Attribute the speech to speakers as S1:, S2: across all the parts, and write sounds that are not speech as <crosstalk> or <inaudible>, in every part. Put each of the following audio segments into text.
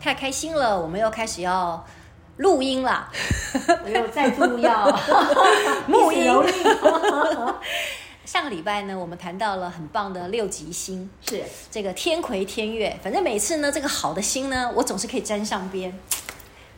S1: 太开心了，我们又开始要录音啦！
S2: 我又哎再哦度要 <laughs>
S1: 木音
S2: 一直蹂躏
S1: 上个礼拜呢，我们谈到了很棒的六级星，
S2: 是
S1: 这个天魁天月，反正每次呢，这个好的星呢，我总是可以沾上边。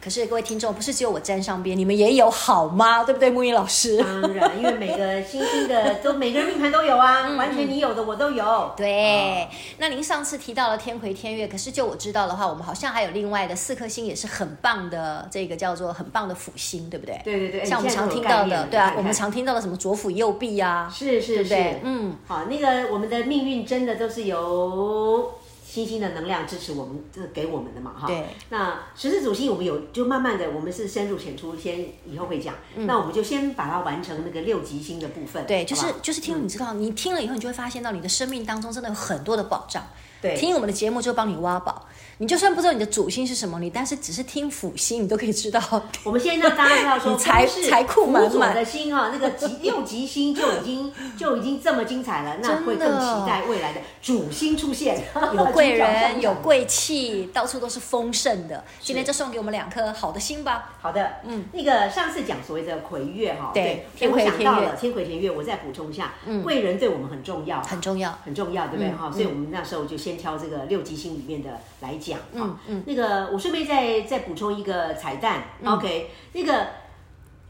S1: 可是各位听众，不是只有我沾上边，你们也有好吗？对不对，木英老师？
S2: 当然，因为每个星星的都每个人命盘都有啊，完全你有的我都有。啊
S1: 对，那您上次提到了天魁天月，可是就我知道的话，我们好像还有另外的四颗星也是很棒的，这个叫做很棒的辅星，对不对？
S2: 对对对，
S1: 像我们
S2: 你现在
S1: 常
S2: 都有
S1: 听
S2: 概
S1: 到
S2: 念
S1: 的，
S2: 了
S1: 对啊
S2: 看，
S1: 我们
S2: 看
S1: 常听到的什么左辅右弼啊，
S2: 是
S1: 对
S2: 是
S1: 不
S2: 是
S1: 对，？嗯，
S2: 好，那个我们的命运真的都是由星星的能量支持我们，这给我们的嘛哈。
S1: 对。
S2: 那十四主星我们有，就慢慢的我们是深入浅出，先以后会讲。那我们就先把它完成那个六级星的嗯部分。
S1: 嗯对，就是
S2: 好不好
S1: 就是听了，你知道，你听了以后，你就会发现到你的生命当中真的有很多的宝藏。
S2: 对
S1: 听我们的节目就帮你挖宝。你就算不知道你的主星是什么，你但是只是听辅星，你都可以知道。 <laughs>
S2: 我们现在让大家知道说，
S1: 你财
S2: 不是
S1: 财库满满
S2: 辅佐的星哈，那个
S1: <laughs>
S2: 级六级星就已经就已经这么精彩了，那会
S1: 真的
S2: 更期待未来的主星出现，
S1: 有贵
S2: 金角上
S1: 人，有贵气，到处都是丰盛的。今天就送给我们两颗好的心吧。
S2: 好的，嗯，那个上次讲所谓的魁月哈，
S1: 对
S2: 所
S1: 天
S2: 以我
S1: 魁
S2: 想到
S1: 天
S2: 了
S1: 月嗯
S2: 天魁天月，我再补充一下，贵人对我们很重要，
S1: 很嗯重要，
S2: 很重要，对不对哈？所以我们那时候就先挑这个六级星里面的来讲
S1: 嗯
S2: 啊。那个我顺便再再补充一个彩蛋，OK？那
S1: 嗯
S2: 个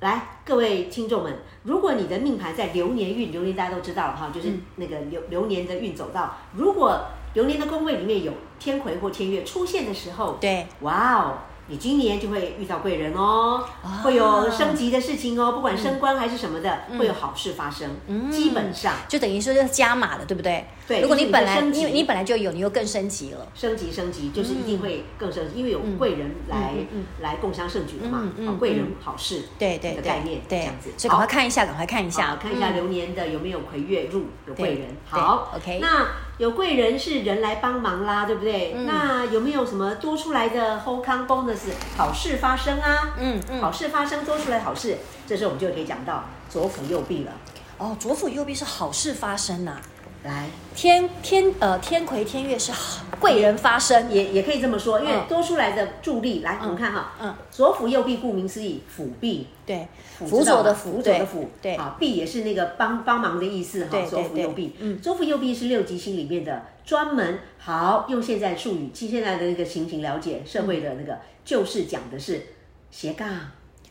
S2: 来各位听众们，如果你的命盘在流年运，流年大家都知道了
S1: 嗯
S2: 哈，就是那个流流年的运走到，如果流年的宫位里面有天魁或天月出现的时候，
S1: 对，
S2: 哇哦！你今年就会遇到贵人哦，
S1: 啊
S2: 会有升级的事情哦，不管升官还是什么的，
S1: 嗯
S2: 会有好事发生。基本上
S1: 就等于说是加码了，对不对？
S2: 对
S1: 如果
S2: 就是
S1: 你
S2: 你
S1: 本
S2: 的
S1: 来
S2: 升级
S1: 因为你本来就有，你又更升级了。
S2: 升级升级，就是一定会更升级，因为有贵人来、来共襄盛举了嘛，
S1: 嗯嗯
S2: 啊贵人好事，
S1: 对对
S2: 的
S1: 对，
S2: 概念
S1: 对
S2: 这样子。
S1: 所以赶快
S2: 好
S1: 看一下，赶快看一
S2: 好
S1: 下，嗯
S2: 看一下流年的有没有魁月入有贵人。
S1: 啊对
S2: 好
S1: ，OK
S2: 那有贵人是人来帮忙啦，对不对？
S1: 嗯
S2: 那有没有什么多出来的 whole con bonus 好事发生啊？
S1: 嗯嗯
S2: 好事发生多出来好事，这时候我们就可以讲到左辅右弼了。
S1: 哦，左辅右弼是好事发生啊呐、
S2: 来，
S1: 天天呃天魁天月是好贵人发生，
S2: 也也可以这么说，因为
S1: 嗯
S2: 多出来的助力，来我们看哈，
S1: 嗯
S2: 左辅右弼，顾名思义，辅弼。
S1: 对，
S2: 辅
S1: 辅佐的辅，
S2: 辅佐
S1: 对
S2: 的辅，
S1: 对，
S2: 啊，弼也是那个帮帮忙的意思哈
S1: 对，
S2: 左辅
S1: 对对
S2: 右弼，
S1: 嗯
S2: 左辅右弼是六级星里面的专门好用现在术语，其实现在的那个情形了解社会的那个，就是讲的是斜杠，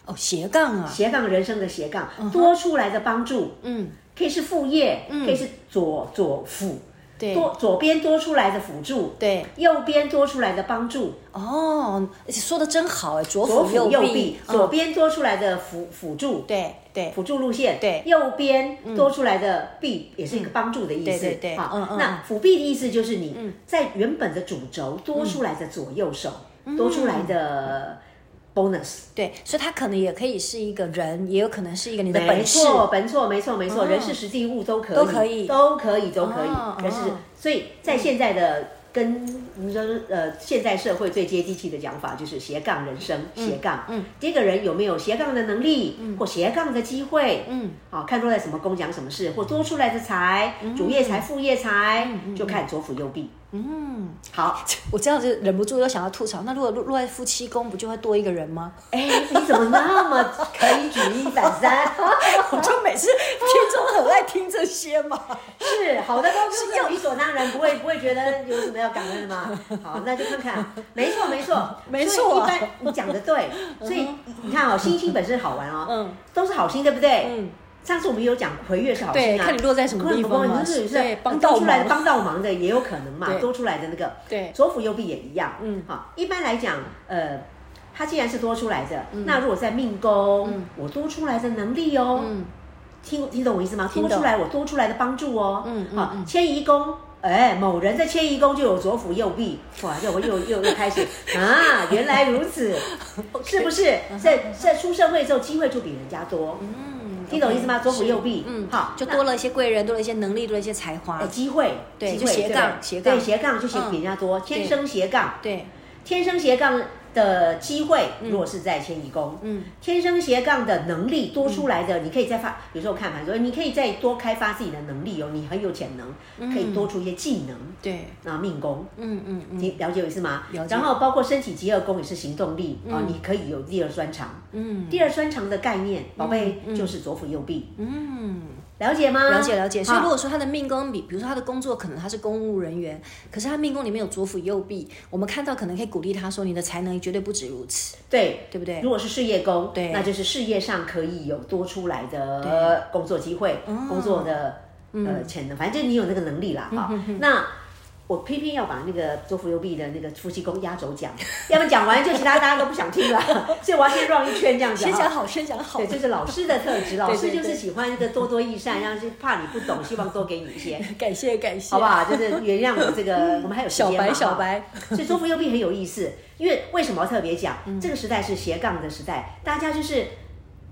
S1: 哦，斜杠啊，
S2: 斜杠人生的斜杠，多出来的帮助，
S1: 嗯，
S2: 可以是副业，可以是左左辅，
S1: 对，
S2: 多左边多出来的辅助，
S1: 对，
S2: 右边多出来的帮助，
S1: 哦，说的真好哎，左
S2: 左
S1: 辅
S2: 辅右
S1: 弼
S2: 弼，，
S1: 嗯
S2: 左边多出来的辅辅助，
S1: 对对
S2: 辅助路线，
S1: 对
S2: 右边多出来的臂也是一个帮助的意思，
S1: 对对对
S2: 好
S1: 嗯嗯
S2: 那辅臂的意思就是你在原本的主轴多出来的左右手，
S1: 嗯
S2: 多出来的 bonus。
S1: 对，所以他可能也可以是一个人，也有可能是一个你的
S2: 没
S1: 本事，
S2: 错，没错，没错，没错，人事实际物都可以，
S1: 都可以
S2: 都可以，都可
S1: 哦
S2: 以。人事
S1: 哦，
S2: 所以在现在的跟你说呃，现在社会最接地气的讲法就是斜杠人生，斜杠。嗯，这个人有没有斜杠的能力，或斜杠的机会？嗯，好，看落在什么工讲什么事，或多出来的财，主业财、副业财，就看左辅右弼。嗯，好，
S1: 我这样子忍不住又想要吐槽，那如果落落在夫妻宫，不就会多一个人吗？ <laughs>
S2: 哎，你怎么那么可以举一反三？
S1: 我就每
S2: <laughs>
S1: 次听众很爱听这些嘛，
S2: 是好的公司是理所当然，不会不会觉得有什么要感恩的
S1: <laughs>
S2: 吗？好，那就看看，没错没错
S1: 没错
S2: 所以一般你讲的对，所以你看哦，星星本身好玩哦，
S1: 嗯，
S2: 都是好心，对不对？
S1: 嗯。
S2: 上次我们有讲魁月是好心
S1: 对
S2: 啊，
S1: 看你落在什么地方嘛
S2: 你是不
S1: 对
S2: 是
S1: 帮
S2: 多
S1: 倒
S2: 出来的
S1: 忙
S2: 帮倒忙的也有可能嘛，
S1: 对
S2: 多出来的那个
S1: 对
S2: 左辅右弼也一样，
S1: 嗯
S2: 好，一般来讲，呃。它既然是多出来的，
S1: 嗯
S2: 那如果在命宫，我多出来的能力哦，
S1: 嗯，
S2: 听听懂我意思吗？
S1: 听
S2: 多
S1: 懂
S2: 出来我多出来的帮助哦，
S1: 嗯嗯
S2: 好，
S1: 嗯
S2: 迁移宫哎，某人在迁移宫就有左辅右弼，哇，又我又又又开始 <laughs> 啊，原来如此，
S1: <laughs>
S2: 是不是？在在出社会之后，机会就比人家多，
S1: 嗯
S2: 听懂
S1: OK，
S2: 意思吗？左辅
S1: 是
S2: 右弼，
S1: 嗯，
S2: 好，
S1: 就
S2: 那
S1: 多了一些贵人，多了一些能力，多了一些才华
S2: 哎，机会，
S1: 对
S2: 机
S1: 就
S2: 会
S1: 斜
S2: 对
S1: 杠
S2: 不对
S1: 斜杠
S2: 对斜杠就斜
S1: 嗯
S2: 比人家多，天生斜杠，
S1: 对，
S2: 天生斜杠的机会，如果是在迁移宫，
S1: 嗯，
S2: 天生斜杠的能力多出来的，你可以再发，有时候看盘说，你可以再多开发自己的能力哦，你很有潜能，可以多出一些技能
S1: 对，
S2: 啊，命宫。
S1: 嗯嗯嗯，
S2: 你了解我意思吗
S1: 了？解
S2: 然后包括身体饥饿宫也是行动力啊、你可以有第二专长。
S1: 嗯
S2: 第二专长的概念，宝贝就是左辅右弼，
S1: 嗯，
S2: 了解吗？
S1: 了解了解。所以
S2: 好
S1: 如果说他的命宫比，比如说他的工作可能他是公务人员，可是他命宫里面有左辅右弼，我们看到可能可以鼓励他说，你的才能绝对不止如此，
S2: 对。
S1: 对不对
S2: 如？果是事业宫，
S1: 对
S2: 那就是事业上可以有多出来的
S1: 对哦嗯
S2: 工作机会，工作的呃潜能，反正你有那个能力啦哈。那我偏偏要把那个左辅右弼的那个夫妻宫压轴讲，要么讲完就其他大家都不想听了， <laughs> 所以我要先绕一圈这样子哈。
S1: 先讲好，先讲好
S2: 对，。这是老师的特
S1: <laughs>
S2: 质，老师
S1: 对对
S2: 就是喜欢一个多多益善，然后就怕你不懂，希望多给你
S1: <laughs>
S2: 一些，
S1: 感谢感谢，
S2: 好不好？就是原谅我
S1: <laughs>
S2: 这个，我们还有时
S1: 小
S2: 间嘛
S1: 白小。
S2: 哈
S1: 白，
S2: 所以中福右臂很有意思，因为为什么要特别讲？
S1: 嗯
S2: 这个时代是斜杠的时代，大家就是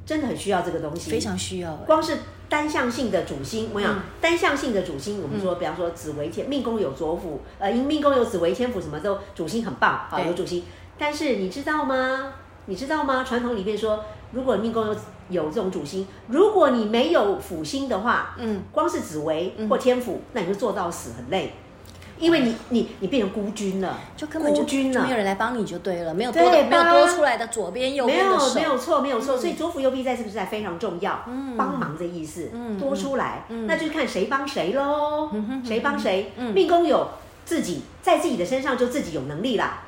S2: 真的很需要这个东西，
S1: 非常需要。
S2: 光是单向性的主星，我
S1: 嗯
S2: 想单向性的主星，我们说，比方说紫微天命宫有左辅，呃，因命宫有紫微天府，什么都主星很棒，好
S1: 对
S2: 有主星。但是你知道吗？你知道吗？传统里面说，如果命宫有有这种主星，如果你没有辅星的话，
S1: 嗯，
S2: 光是紫微或天府，那你就做到死，很累，因为你你你变成孤军了，
S1: 就根本就
S2: 孤军
S1: 就
S2: 了
S1: 没有人来帮你就对了，没有多的
S2: 对
S1: 没有
S2: 吧
S1: 多出来的左边右
S2: 没
S1: 边的
S2: 有
S1: 手，嗯
S2: 没有错，没有错，所以左辅右弼在这个时代非常重要，帮忙的意思，
S1: 嗯
S2: 多出来，那就看谁帮谁喽，谁帮谁，
S1: 嗯
S2: 命宫有自己在自己的身上就自己有能力啦，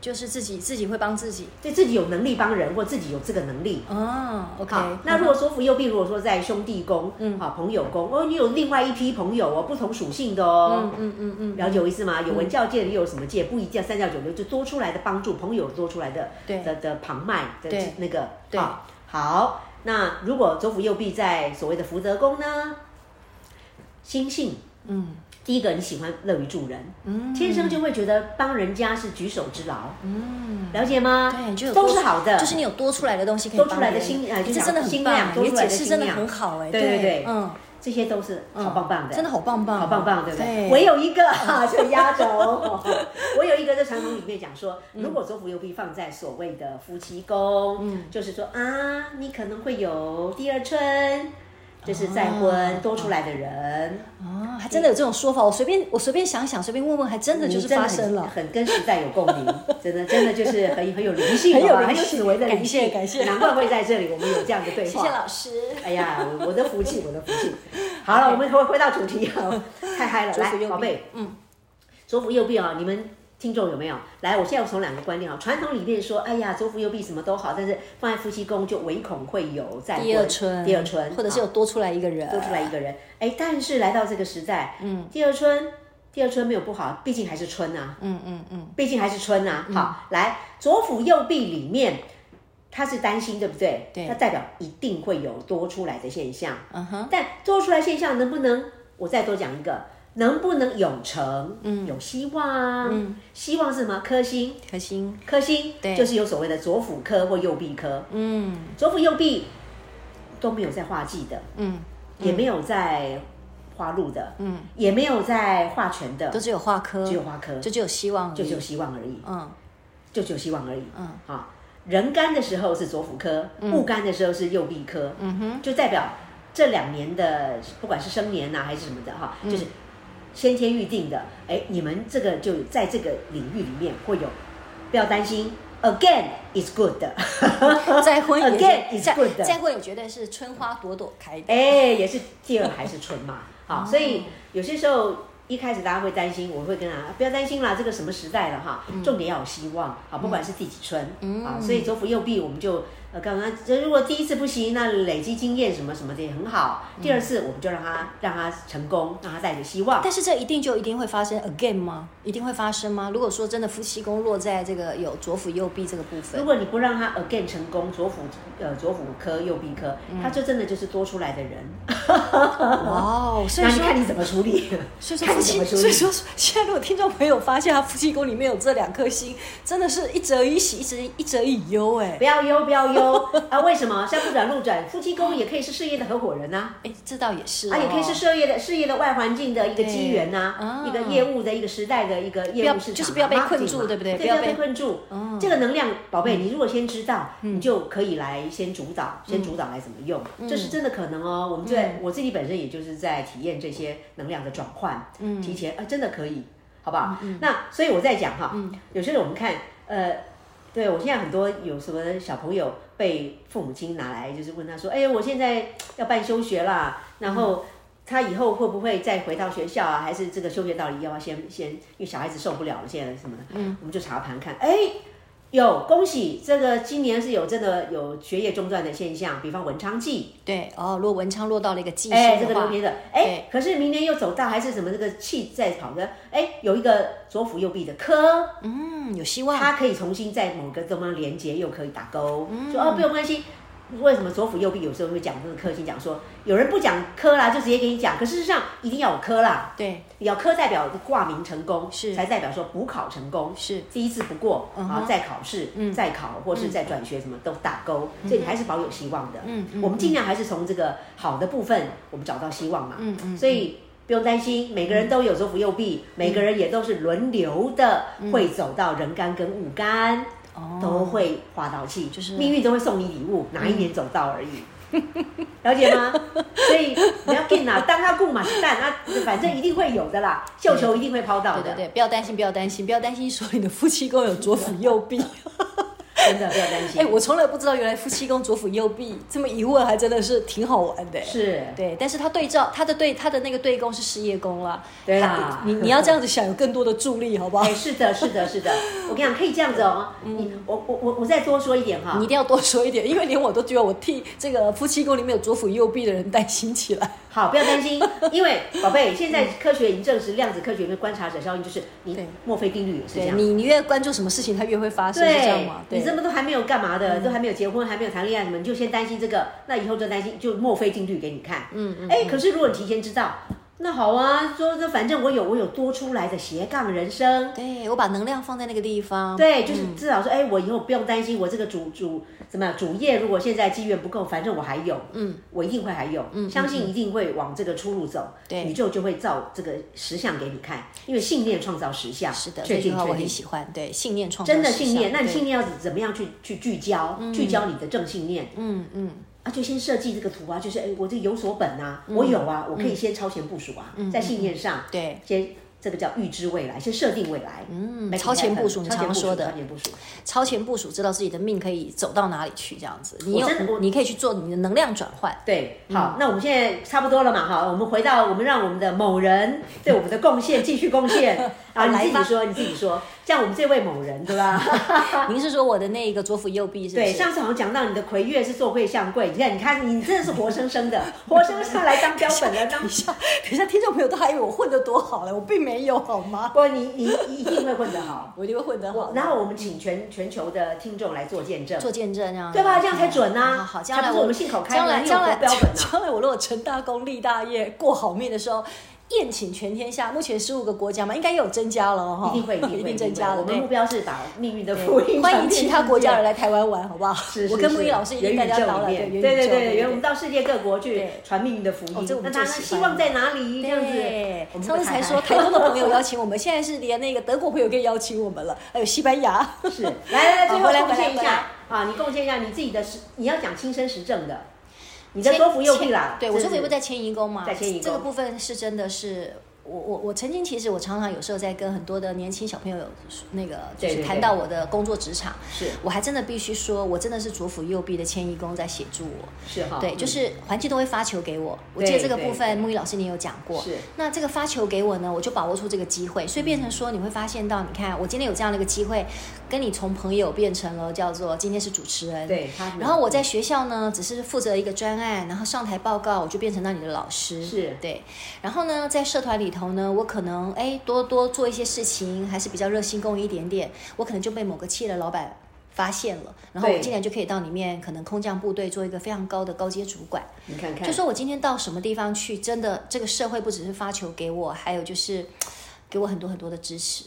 S1: 就是自己自己会帮自己。
S2: 就自己有能力帮人或自己有这个能力。
S1: 哦，OK
S2: 好，。那如果左辅右弼，如果说在兄弟宫，嗯，好朋友宫，哦，你有另外一批朋友哦，不同属性的哦，
S1: 嗯嗯嗯，
S2: 了解我意思吗？有文教界的，又有什么界？不一定三教九流，就多出来的帮助朋友多出来的
S1: 对
S2: 的的旁脉的
S1: 对
S2: 那个
S1: 对
S2: 好好，那如果左辅右弼在所谓的福德宫呢？心性，
S1: 嗯
S2: 第一个你喜欢乐于助人，
S1: 嗯
S2: 天生就会觉得帮人家是举手之劳，嗯，了解吗？
S1: 对，你就有
S2: 都是
S1: 多
S2: 好的，
S1: 就是你有多出来的东西可以
S2: 多
S1: 帮
S2: 出来
S1: 别
S2: 的
S1: 人
S2: 心呃
S1: 哎
S2: 就
S1: 这
S2: 讲
S1: 真的很
S2: 心
S1: 棒
S2: 量
S1: 哎，
S2: 多
S1: 你
S2: 出
S1: 的
S2: 来
S1: 解
S2: 的
S1: 释
S2: 心
S1: 真的
S2: 量
S1: 很好哎，
S2: 对对对
S1: 嗯，
S2: 这些都是好棒棒的，
S1: 真的好棒棒，哦
S2: 好棒棒，对不对？
S1: 对
S2: 我有
S1: <laughs>
S2: 一个哈，就压轴。我有一个在传统里面讲说，
S1: 嗯
S2: 如果左辅右弼放在所谓的夫妻宫，就是说啊，你可能会有第二春，就是再婚
S1: 哦
S2: 多出来的人，
S1: 哦，还真的有这种说法。我随便我随便想想，随便问问，还真的就是
S2: 你真的
S1: 发
S2: 很
S1: 生了。
S2: 很跟时代有共鸣， <laughs> 真的真的就是很很有灵性，
S1: <laughs> 很有
S2: 好吧
S1: 灵
S2: 很有
S1: 性
S2: 紫薇的灵
S1: 感谢
S2: 性，
S1: 感谢
S2: 难怪会在这里，我们有这样的对
S1: 谢
S2: 话。
S1: 谢老师。
S2: <laughs> 哎呀，我我的福
S1: <laughs>
S2: 气，我的福气。好了，我们回回到主题啊，太嗨了，
S1: 左辅右
S2: 来，
S1: 弼
S2: 宝贝，
S1: 嗯，
S2: 左辅右弼啊，你们听众有没有？来，我现在从两个观念啊，传统里面说，哎呀，左辅右弼什么都好，但是放在夫妻宫就唯恐会有再婚
S1: 第二春，
S2: 哎第二春，
S1: 或者是有
S2: 啊
S1: 多出来一个人，
S2: 多出来一个人。哎，但是来到这个时代，嗯，第二春，第二春没有不好，毕竟还是春啊，
S1: 嗯嗯嗯，
S2: 毕竟还是春呐、好，来左辅右弼里面，他是担心，对不对？
S1: 对
S2: 它代表一定会有多出来的现象。
S1: 嗯哼，
S2: 但多出来现象能不能，我再多讲一个，能不能有成？嗯，有希望。嗯，希望是什么？科星，
S1: 开心，
S2: 科星，
S1: 对
S2: 就是有所谓的左辅科或右弼科。
S1: 嗯
S2: 左辅右弼都没有在画技的，
S1: 嗯，
S2: 也没有在花路的，
S1: 嗯，
S2: 也没有在画拳的
S1: 都，只有画科，
S2: 嗯只有花科，
S1: 就只有希望而已，
S2: 就只有希望而已。
S1: 嗯
S2: 就只有希望而已。
S1: 嗯
S2: 嗯，好、人干的时候是左辅科，木干的时候是右臂科，
S1: 嗯哼，
S2: 就代表这两年的不管是生年呐、啊还是什么的哈、
S1: 嗯
S2: 就是先天预定的。哎，你们这个就在这个领域里面会有，不要担心。Again is good 的，
S1: 嗯再婚也
S2: again is
S1: 再
S2: good 的
S1: 再婚也绝对是春花朵朵开的。
S2: 哎，也是第二还是春嘛，
S1: 哦
S2: 好，所以有些时候一开始大家会担心，我会跟他不要担心啦，这个什么时代了哈，
S1: 嗯
S2: 重点要有希望，好，不管是第几春，啊，所以左辅右弼我们就呃刚刚，这如果第一次不行，那累积经验什么什么的也很好，
S1: 嗯
S2: 第二次我们就让他让他成功，让他带着希望，
S1: 但是这一定就一定会发生 again 吗？一定会发生吗？如果说真的夫妻宫落在这个有左辅右弼这个部
S2: 如
S1: 分，
S2: 果你不
S1: 嗯
S2: 让他 again 成功，左辅呃左辅科右弼科，他就真的就是多出来的人，
S1: 哇哦，所以
S2: 那你
S1: 说
S2: 看你怎么处理，
S1: 所以
S2: <laughs>
S1: 说
S2: 看
S1: 夫
S2: 你怎
S1: 妻，
S2: 么处
S1: 所以
S2: 理。
S1: 说现在如果听众朋友发现他夫妻宫里面有这两颗星，真的是一则以喜，一则一则以忧哎
S2: 不。要忧，不要忧 <laughs> 啊！为什么？像不转路转，夫妻宫也可以是事业的合伙人呐、
S1: 哎，这倒也是、哦，
S2: 啊，也可以是事业的事业的外环境的一个机缘呐、
S1: 嗯
S2: 一个业务的一个时代的一个业
S1: 要
S2: 务市场啊，
S1: 就是不要被困住
S2: marketing 嘛
S1: 对不对
S2: 对，
S1: 不
S2: 不
S1: 要
S2: 要
S1: 被哦嗯
S2: 被困住。这个能量，宝贝，你如果先知道，你就可以来先主导，先主导来怎么用，
S1: 嗯
S2: 这是真的可能哦。我们在我自己本身也就是在体验这些能量的转换，
S1: 嗯
S2: 提前啊，真的可以，好不好？那所以我在讲哈，
S1: 嗯
S2: 有些人我们看，呃，对我现在很多有什么小朋友被父母亲拿来，就是问他说：“哎，我现在要办休学啦，然后他以后会不会再回到学校啊？还是这个休学到底要不要先先？因为小孩子受不了了，现在什么的，嗯，我们就查盘看，哎。”有恭喜，这个今年是有真的有学业中断的现象，比方文昌季，
S1: 对哦。如果文昌落到了一个忌星
S2: 哎，这
S1: 的
S2: 个
S1: 话，
S2: 流年的，
S1: 对
S2: 哎，可是明年又走到还是什么这个气在跑的，哎，有一个左辅右弼的科，
S1: 嗯，有希望。
S2: 它可以重新在某个地方连接，又可以打勾，说哦，不用关系。为什么左辅右弼有时候会讲这个科星讲说，有人不讲科啦，就直接给你讲，可事实上一定要有科啦，
S1: 对，
S2: 有科代表挂名成功，
S1: 是
S2: 才代表说补考成功，
S1: 是
S2: 第一次不过，
S1: 嗯
S2: 然
S1: 哼嗯
S2: 后再考试，再考或是再转学什么都打勾，所以你还是保有希望的。
S1: 嗯嗯
S2: 我们尽量还是从这个好的部分，我们找到希望嘛。
S1: 嗯嗯
S2: 所以不用担心，每个人都有左辅右弼，每个人也都是轮流的
S1: 嗯
S2: 会走到人干跟物干，
S1: 哦
S2: 都会花到气，
S1: 就是嗯
S2: 命运都会送你礼物，哪一年走到而已。了解吗？所以不要紧啦，当他顾马是蛋，那反正一定会有的啦，绣球一定会抛到
S1: 对
S2: 的
S1: 对，对，不要担心，不要担心，不要担心，说你的夫妻宫有左辅右弼。
S2: 真的不要担
S1: 哎，
S2: 心。
S1: 我从来不知道原来夫妻宫左辅右弼，这么一问还真的是挺好玩的。
S2: 是，
S1: 对，但是他对照他的对他的那个对宫是事业宫啦，
S2: 对啊啦
S1: 他你你要这样子想，有更多的助力，好不好
S2: 哎，？是的，是的，是的，我跟你讲，可以这样子哦。你，我，我，我，我再多说一点哈
S1: 嗯你一。定要多说一点，因为连我都觉得我替这个夫妻宫里面有左辅右弼的人担心起来。
S2: 好，不要担心，因为宝贝，现在科学已经证实，量子科学的观察者效应就是
S1: 嗯对
S2: 你墨菲定律也是这
S1: 对
S2: 样。
S1: 你，你越关注什么事情，它越会发生，是这样吗？
S2: 你这
S1: 对，嗯
S2: 么都还没有干嘛的，都还没有结婚，还没有谈恋爱，什么你就先担心这个，那以后就担心就墨菲定律给你看。嗯嗯。哎，可是如果你提前知道，那好啊，说这反正我有我有多出来的斜杠人生，
S1: 对我把能量放在那个地方。
S2: 对，就是
S1: 嗯
S2: 至少说，哎、我以后不用担心，我这个主主怎么样主业，如果现在机缘不够，反正我还有，嗯，我一定会还有，嗯，相信一定会往这个出路走，
S1: 对
S2: 宇宙就会造这个实相给你看，因为信念创造实相，
S1: 是的，
S2: 确
S1: 这句
S2: 定
S1: 话我
S2: 确
S1: 很
S2: 定。
S1: 喜欢。对，信念创造
S2: 真的
S1: 实
S2: 信念，
S1: 相
S2: 那你
S1: 对
S2: 信念要怎么样去去聚焦？聚焦你的正信念，
S1: 嗯嗯，
S2: 啊，就先设计这个图啊，就是哎，我这有所本啊，我有啊，我可
S1: 嗯
S2: 以先超前部署啊，在信念上，
S1: 对，
S2: 先这个叫预知未来，先设定未来，嗯
S1: 超前部署你
S2: 超前
S1: 常
S2: 部署
S1: 说的
S2: 超前部署，
S1: 超前部署，知道自己的命可以走到哪里去，这样子，你有
S2: 我真的我
S1: 你可以去做你的能量转换。
S2: 对，
S1: 嗯
S2: 好，那我们现在差不多了嘛，哈，我们回到我们让我们的某人对我们的贡献继续
S1: <laughs>
S2: 贡献，啊，你自己说，你自己说，像我们这位某人，对吧？
S1: 您是说我的那一个左辅右臂是不
S2: 对，
S1: 是？ <laughs>
S2: 上次好像讲到你的魁月是做会相贵，你看，你看，你真的是活生
S1: <laughs>
S2: 生的，活生生来当标本了，当
S1: 等一下，等一下，听众朋友都还以为我混得多好了，我并没有好吗？
S2: 不，你你一定会混得好。
S1: 我一定会混得好的。
S2: 然后我们请全全球的听众来做见证，
S1: 做见证啊，
S2: 对吧这样才准啊
S1: 好好，将来
S2: 才不是我们信口开
S1: 将
S2: 河
S1: 来
S2: 你有
S1: 将来
S2: 多标本
S1: <laughs>
S2: 啊
S1: 将来我如果成大功立大业，过好命的时候。宴请全天下，目前十五个国家嘛，应该也有增加了哦哈，
S2: 一定会，一定
S1: <laughs> 一
S2: 会，一定
S1: 定
S2: 会
S1: 增加了。
S2: 我们目
S1: 对，
S2: 标是把命运的福
S1: <laughs>
S2: 音
S1: 欢
S2: 传
S1: 迎
S2: 遍
S1: 其他国
S2: 世界
S1: 家人来台湾玩，好不好？
S2: 是是
S1: 我跟
S2: 是
S1: 木易老师已
S2: 元
S1: 经
S2: 宇
S1: 带大家
S2: 宙
S1: 导览
S2: 里
S1: 对
S2: 面
S1: 元宇宙，
S2: 对对对，
S1: 对
S2: 原我们到世界各国去
S1: 对
S2: 传命运的福音
S1: 哦这我，
S2: 那
S1: 们
S2: 大家
S1: 最喜
S2: 希
S1: 欢
S2: 望在哪里？这样子
S1: 对，
S2: 我们
S1: 上次才说台
S2: 看
S1: 东
S2: 看 <laughs>
S1: 的朋友邀请我们，现在是连那个德国朋友可以邀请我们了，还有西班牙。
S2: 是，来来来，最
S1: 好回来
S2: 后贡献一
S1: 回来
S2: 下啊，你贡献一下你自己的实，你要讲亲身实证的， <laughs> 你的左辅右弼啦，
S1: 对我
S2: 是
S1: 说
S2: 不
S1: 服右
S2: 是
S1: 弼在迁移宫嘛，
S2: 在迁移宫
S1: 这个部分是真的是。我我我曾经其实我常常有时候在跟很多的年轻小朋友有那个就
S2: 对
S1: 是
S2: 对对
S1: 谈到我的工作职场，
S2: 是
S1: 我还真的必须说，我真的是左辅右弼的迁移宫在协助我。
S2: 是哈，
S1: 对，
S2: 嗯
S1: 就是环境都会发球给我。我
S2: 对
S1: 记得这个部
S2: 对
S1: 分，木鱼老师你有讲过。
S2: 嗯是
S1: 那这个发球给我呢，我就把握住这个机会，所以变成说，你会发现到，你看我今天有这样的一个机会，跟你从朋友变成了叫做今天是主持人。
S2: 对他们
S1: 然后我在学校呢，只是负责一个专案，然后上台报告，我就变成那里的老师。
S2: 是
S1: 对。然后呢，在社团里头呢，我可能哎多多做一些事情，还是比较热心公益一点点，我可能就被某个企业的老板。发现了，然后我
S2: 对
S1: 竟然就可以到里面可能空降部队做一个非常高的高阶主管。
S2: 你看看，
S1: 就说我今天到什么地方去，真的这个社会不只是发球给我，还有就是给我很多很多的支持，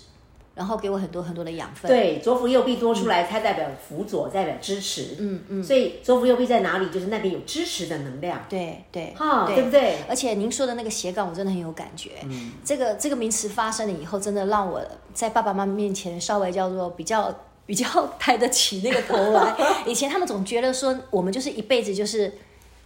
S1: 然后给我很多很多的养分。
S2: 对，左辅右弼多
S1: 嗯
S2: 出来，它代表辅佐，代表支持。嗯嗯。所以左辅右弼在哪里？就是那边有支持的能量，
S1: 对对，
S2: 哈，对不对？
S1: 而且您说的那个斜杠，我真的很有感觉。这个这个名词发生了以后，真的让我在爸爸妈妈面前稍微叫做比较 <laughs> 比较抬得起那个头来。以前他们总觉得说我们就是一辈子就是。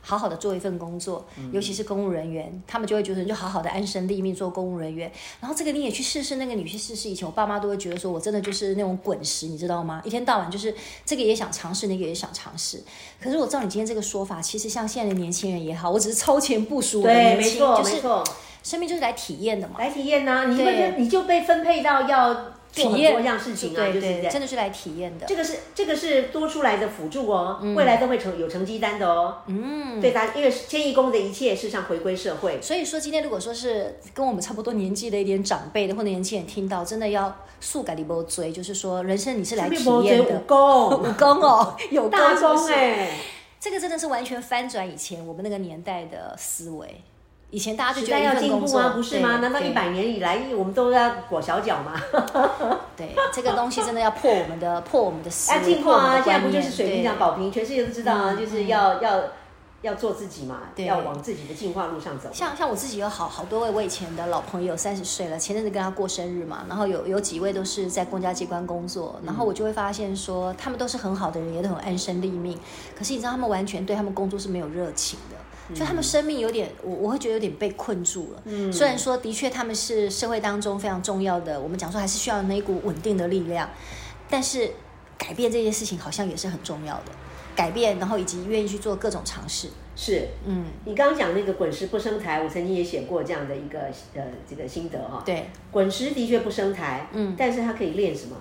S1: 好好的做一份工作，
S2: 嗯
S1: 尤其是公务人员，他们就会觉得你就好好的安身立命做公务人员。然后这个你也去试试，那个你去试试。以前我爸妈都会觉得说，我真的就是那种滚石，你知道吗？一天到晚就是这个也想尝试，那个也想尝试。可是我知道你今天这个说法，其实像现在的年轻人也好，我只是超前部署我的
S2: 对，
S1: 年
S2: 没
S1: 轻，
S2: 错，
S1: 就
S2: 没
S1: 是
S2: 错。
S1: 生命就是来体验的嘛，
S2: 来体验呐、你
S1: 对
S2: 会你就被分配到要做
S1: 体
S2: 很
S1: 验
S2: 多样事情啊，
S1: 对
S2: 就是
S1: 对，
S2: 这样
S1: 真的是来体验的
S2: 这。个是这个是多出来的辅助哦，
S1: 嗯
S2: 未来都会成有成绩单的哦。嗯，对大家，因为迁移宫的一切事实上回归社会，
S1: 所以说，今天如果说是跟我们差不多年纪的一点长辈的或者年轻人听到，真的要速改你波追，就是说人生你是来体验
S2: 武
S1: 的。 <laughs>
S2: 功
S1: 武功哦，有功
S2: 大
S1: 是不
S2: 功
S1: 是
S2: 哎、
S1: 这个真的是完全翻转以前我们那个年代的思维。以前大家就
S2: 时
S1: 觉得
S2: 代
S1: 一
S2: 要
S1: 份
S2: 进
S1: 工
S2: 步
S1: 作
S2: 啊，不是
S1: 对
S2: 吗？难道
S1: 对
S2: 一百年以来我们都在裹小脚吗？
S1: 对，这个东西真的要破我们的破我们的思
S2: 要
S1: 维，
S2: 进
S1: 破
S2: 化
S1: 我们
S2: 啊！
S1: 的
S2: 现在
S1: 观
S2: 不
S1: 念。
S2: 就是水平
S1: 对嗯
S2: 讲保平，全世界都知道啊，就是要要要做自己嘛，
S1: 对
S2: 要往自己的进化路上走。
S1: 像像我自己有好好多位我以前的老朋友，三十岁了，前阵子跟他过生日嘛，然后有有几位都是在公家机关工作，然后我就会发现说，他们都是很好的人，也都很安身立命，可是你知道他们完全对他们工作是没有热情的。就他们生命有点，我我会觉得有点被困住了。嗯，虽然说的确他们是社会当中非常重要的，我们讲说还是需要那一股稳定的力量，但是改变这件事情好像也是很重要的，改变，然后以及愿意去做各种尝试。
S2: 是
S1: 嗯，
S2: 你刚刚讲那个滚石不生财，我曾经也写过这样的一个呃这个心得哈、
S1: 对，
S2: 滚石的确不生财，
S1: 嗯
S2: 嗯，但是它可以练什么？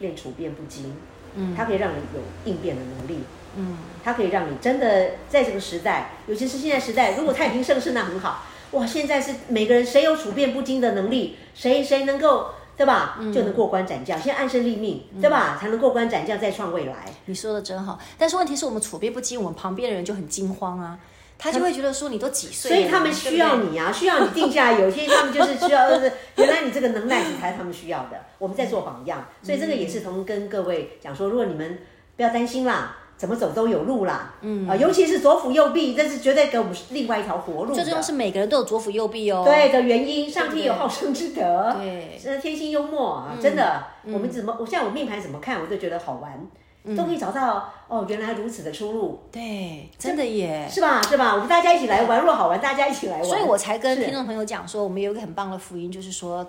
S2: 练处变不惊，
S1: 嗯
S2: 它可以让你有应变的能力，
S1: 嗯，
S2: 它可以让你真的在这个时代，尤其是现在时代，如果太平盛世那很好。哇，现在是每个人谁有处变不惊的能力，谁谁能够对吧，就能过关斩将，先安身立命，对吧，才能过关斩将再创未来。
S1: 你说的真好，但是问题是我们处变不惊，我们旁边的人就很惊慌啊，他就会觉得说你都几岁
S2: 所
S1: 了，
S2: 以他们
S1: 对不对
S2: 需要你啊，需要你定下来。有些他们就是
S1: <laughs>
S2: 需要，就是原来你这个能耐你才是他们需要的。我们在做榜样，所以这个也是同跟各位讲说，如果你们不要担心啦，怎么走都有路啦。嗯啊、尤其是左辅右弼，这是绝对给我们另外一条活路的。
S1: 最重要是每个人都有左辅右弼哦。
S2: 对的原因，上天有好生之德，
S1: 对嗯
S2: 是天性幽默啊，真的。我们怎么，我像我命盘怎么看，我都觉得好玩，
S1: 嗯
S2: 都可以找到哦，原来如此的出路，
S1: 对，真的耶。
S2: 是吧？是吧？我们大家一起来玩，若好玩，大家一起来玩。
S1: 所以我才跟
S2: 是
S1: 听众朋友讲说，我们有一个很棒的福音，就是说，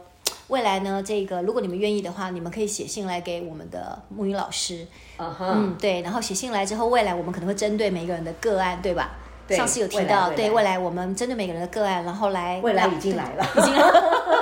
S1: 未来呢，这个如果你们愿意的话，你们可以写信来给我们的母语老师。
S2: 啊哈。
S1: 嗯，对。然后写信来之后，未来我们可能会针对每个人的个案，对吧？
S2: 对
S1: 上次有提
S2: 未来
S1: 到，
S2: 未来
S1: 对未来我们针对每个人的个案，然后来
S2: 未来已经来了
S1: 已经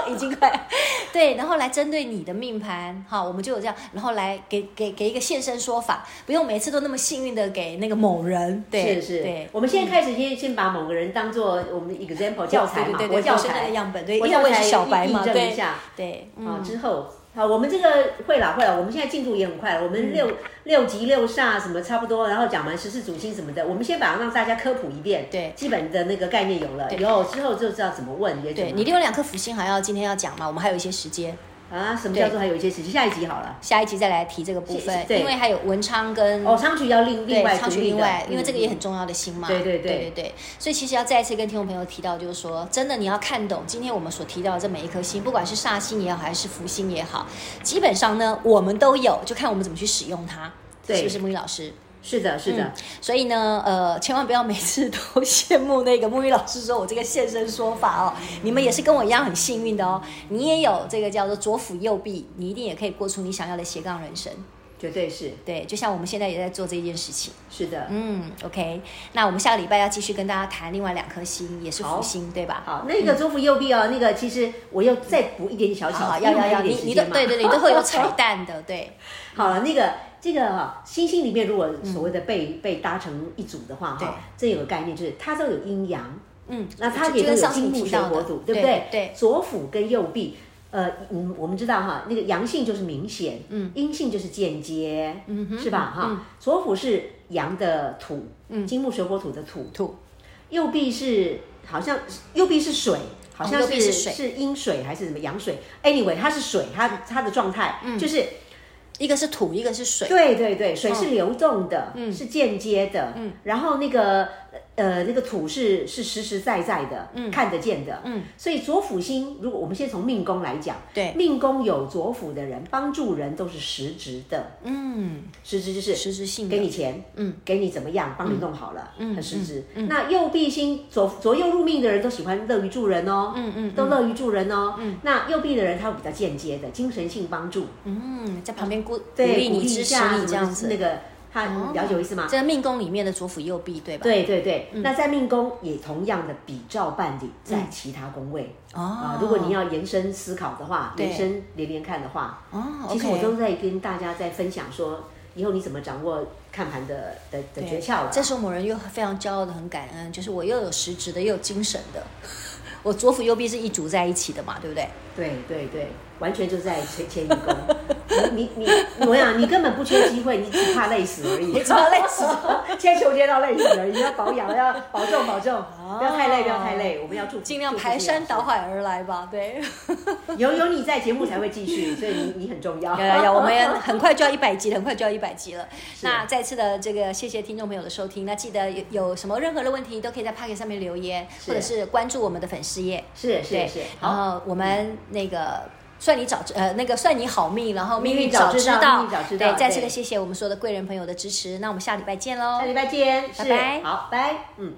S1: 已经快对，然后来针对你的命盘，好，我们就有这样，然后来给给给一个现身说法，不用每次都那么幸运的给那个某人， <laughs> 对
S2: 是是，
S1: 对，
S2: 我们现在开始先先把某个人当做我们的 example 教材嘛，
S1: 对
S2: 活
S1: 对对
S2: 教
S1: 对，那
S2: 材
S1: 个样本，对，
S2: 活
S1: 因为
S2: 教
S1: 我也
S2: 材
S1: 是小白
S2: 印
S1: 嘛，
S2: 证一
S1: 对
S2: 下
S1: 对，
S2: 啊
S1: 嗯，
S2: 之后。好，我们这个会啦会啦，我们现在进度也很快了，我们
S1: 嗯
S2: 六、六级六煞什么差不多，然后讲完十四主星什么的，我们先把让大家科普一遍，
S1: 对
S2: 基本的那个概念有了，有之后就知道怎么问，也怎
S1: 对
S2: 么
S1: 你另外两颗福星还要今天要讲嘛，我们还有一些时间。
S2: 啊，什么
S1: 对
S2: 叫做还有一些时间，下一集好了。
S1: 下一集再来提这个部分，
S2: 对
S1: 因为还有文昌跟
S2: 哦，昌曲要另另
S1: 对，
S2: 外
S1: 超
S2: 独
S1: 出
S2: 立
S1: 另
S2: 的
S1: 外，因为
S2: 嗯
S1: 这个也很重要的心嘛。
S2: 对对
S1: 对
S2: 对
S1: 对对所以其实要再一次跟听众朋友提到，就是说，真的你要看懂今天我们所提到的这每一颗星，不管是煞星也好，还是福星也好，基本上呢，我们都有，就看我们怎么去使用它，
S2: 对
S1: 是不是木鱼老师？嗯
S2: 是的是的，
S1: 所以呢，呃，千万不要每次都 <laughs> 羡慕那个沐浴老师说我这个现身说法哦。你们也是跟我一样很幸运的哦，你也有这个叫做左辅右弼，你一定也可以过出你想要的斜杠人生。
S2: 绝对是
S1: 对，就像我们现在也在做这件事情。
S2: 是的。
S1: 嗯，OK，那我们下个礼拜要继续跟大家谈另外两颗星，也是福星，对吧？
S2: 好，那个左辅右弼哦，那个其实我又再补一点点小
S1: 好，
S2: 巧，
S1: 要
S2: 因为
S1: 要
S2: 还有
S1: 要，你
S2: 一点时
S1: 你都
S2: 间嘛
S1: 对对对，你都会有
S2: <laughs>
S1: 彩蛋的，对，
S2: 好了，那个这个哈、星星里面如果所谓的被、被搭成一组的话哈、
S1: 嗯对
S2: 这有个概念就是它都有阴阳，
S1: 嗯，
S2: 那它
S1: 就
S2: 也
S1: 就
S2: 都
S1: 跟
S2: 有
S1: 上次
S2: 金
S1: 你
S2: 木
S1: 提
S2: 水
S1: 到
S2: 火
S1: 的
S2: 土，，对不
S1: 对
S2: 对？左辅跟右弼。呃，嗯，我们知道哈，那个阳性就是明显，嗯，阴性就是间接，嗯，是吧？哈，左辅是阳的土，嗯，金木水火土的土，
S1: 土，
S2: 右臂是好像右臂是水，好像
S1: 哦右臂
S2: 是、
S1: 是水嗯
S2: 阴水还是什么阳水？Anyway，它是水，它它的状态、就是
S1: 一个是土，一个是水，
S2: 对对对，水是流动的，
S1: 嗯
S2: 是间接的，然后那个呃那个土是是实实在在的，
S1: 嗯
S2: 看得见的，所以左辅星，如果我们先从命宫来讲，
S1: 对
S2: 命宫有左辅的人，帮助人都是实质的，
S1: 嗯，
S2: 实质就是
S1: 实质性的
S2: 给你钱，
S1: 嗯，
S2: 给你怎么样，帮你弄好了，
S1: 嗯
S2: 很实质。那右臂星左左右入命的人都喜欢乐于助人哦，嗯嗯，都乐于助人哦，嗯，那右臂的人他会比较间接的精神性帮助，
S1: 嗯，在旁边鼓鼓
S2: 对
S1: 励
S2: 鼓
S1: 你、
S2: 励
S1: 支
S2: 一
S1: 持
S2: 下
S1: 你这样
S2: 什么
S1: 子哦
S2: 那。个他了解我意思吗？
S1: 在命宫里面的左辅右臂，对吧？，
S2: 对对对，
S1: 嗯
S2: 那在命宫也同样的比照办理在其他宫位啊
S1: 哦。，
S2: 如果你要延伸思考的话，
S1: 对
S2: 延伸连连看的话，
S1: 哦，
S2: 其实
S1: OK
S2: 我都在跟大家在分享说，以后你怎么掌握看盘的的的
S1: 对
S2: 诀窍了。
S1: 这时候某人又非常骄傲的很感恩，就是我又有实质的，又有精神的， <laughs> 我左辅右臂是一组在一起的嘛，对不对？
S2: 对对对，完全就在前前一宫。 <laughs> 你你你，我想你根本不缺机会，你只怕累死
S1: <laughs>
S2: 而已。
S1: 只怕累死，
S2: <laughs> 现在求接到累死而已。要保养，要保重保重，不要太累，不要太累。我们要祝福
S1: 哦尽量
S2: 祝福
S1: 排
S2: 自己
S1: 山倒海而来吧，对。
S2: <laughs> 有有你在节目才会继续，所以你你很重要。
S1: <laughs> 有有有，我们很快就要一百集了，很快就要一百集了。那再次的这个谢谢听众朋友的收听，那记得有有什么任何的问题都可以在 p o c k e t 上面留言，
S2: 是
S1: 或者是关注我们的粉丝页。
S2: <laughs> 是是
S1: 对
S2: 是，
S1: 然
S2: 好，
S1: 后我们那个。算你早知呃那个算你好命，然后命
S2: 命
S1: 运
S2: 运早
S1: 早知
S2: 知道
S1: 道，
S2: 命运早知道
S1: 对，再次
S2: 对
S1: 的谢谢我们所有的贵人朋友的支持，那我们下礼拜见喽，
S2: 下礼拜见，是
S1: 拜拜
S2: 好，拜，嗯。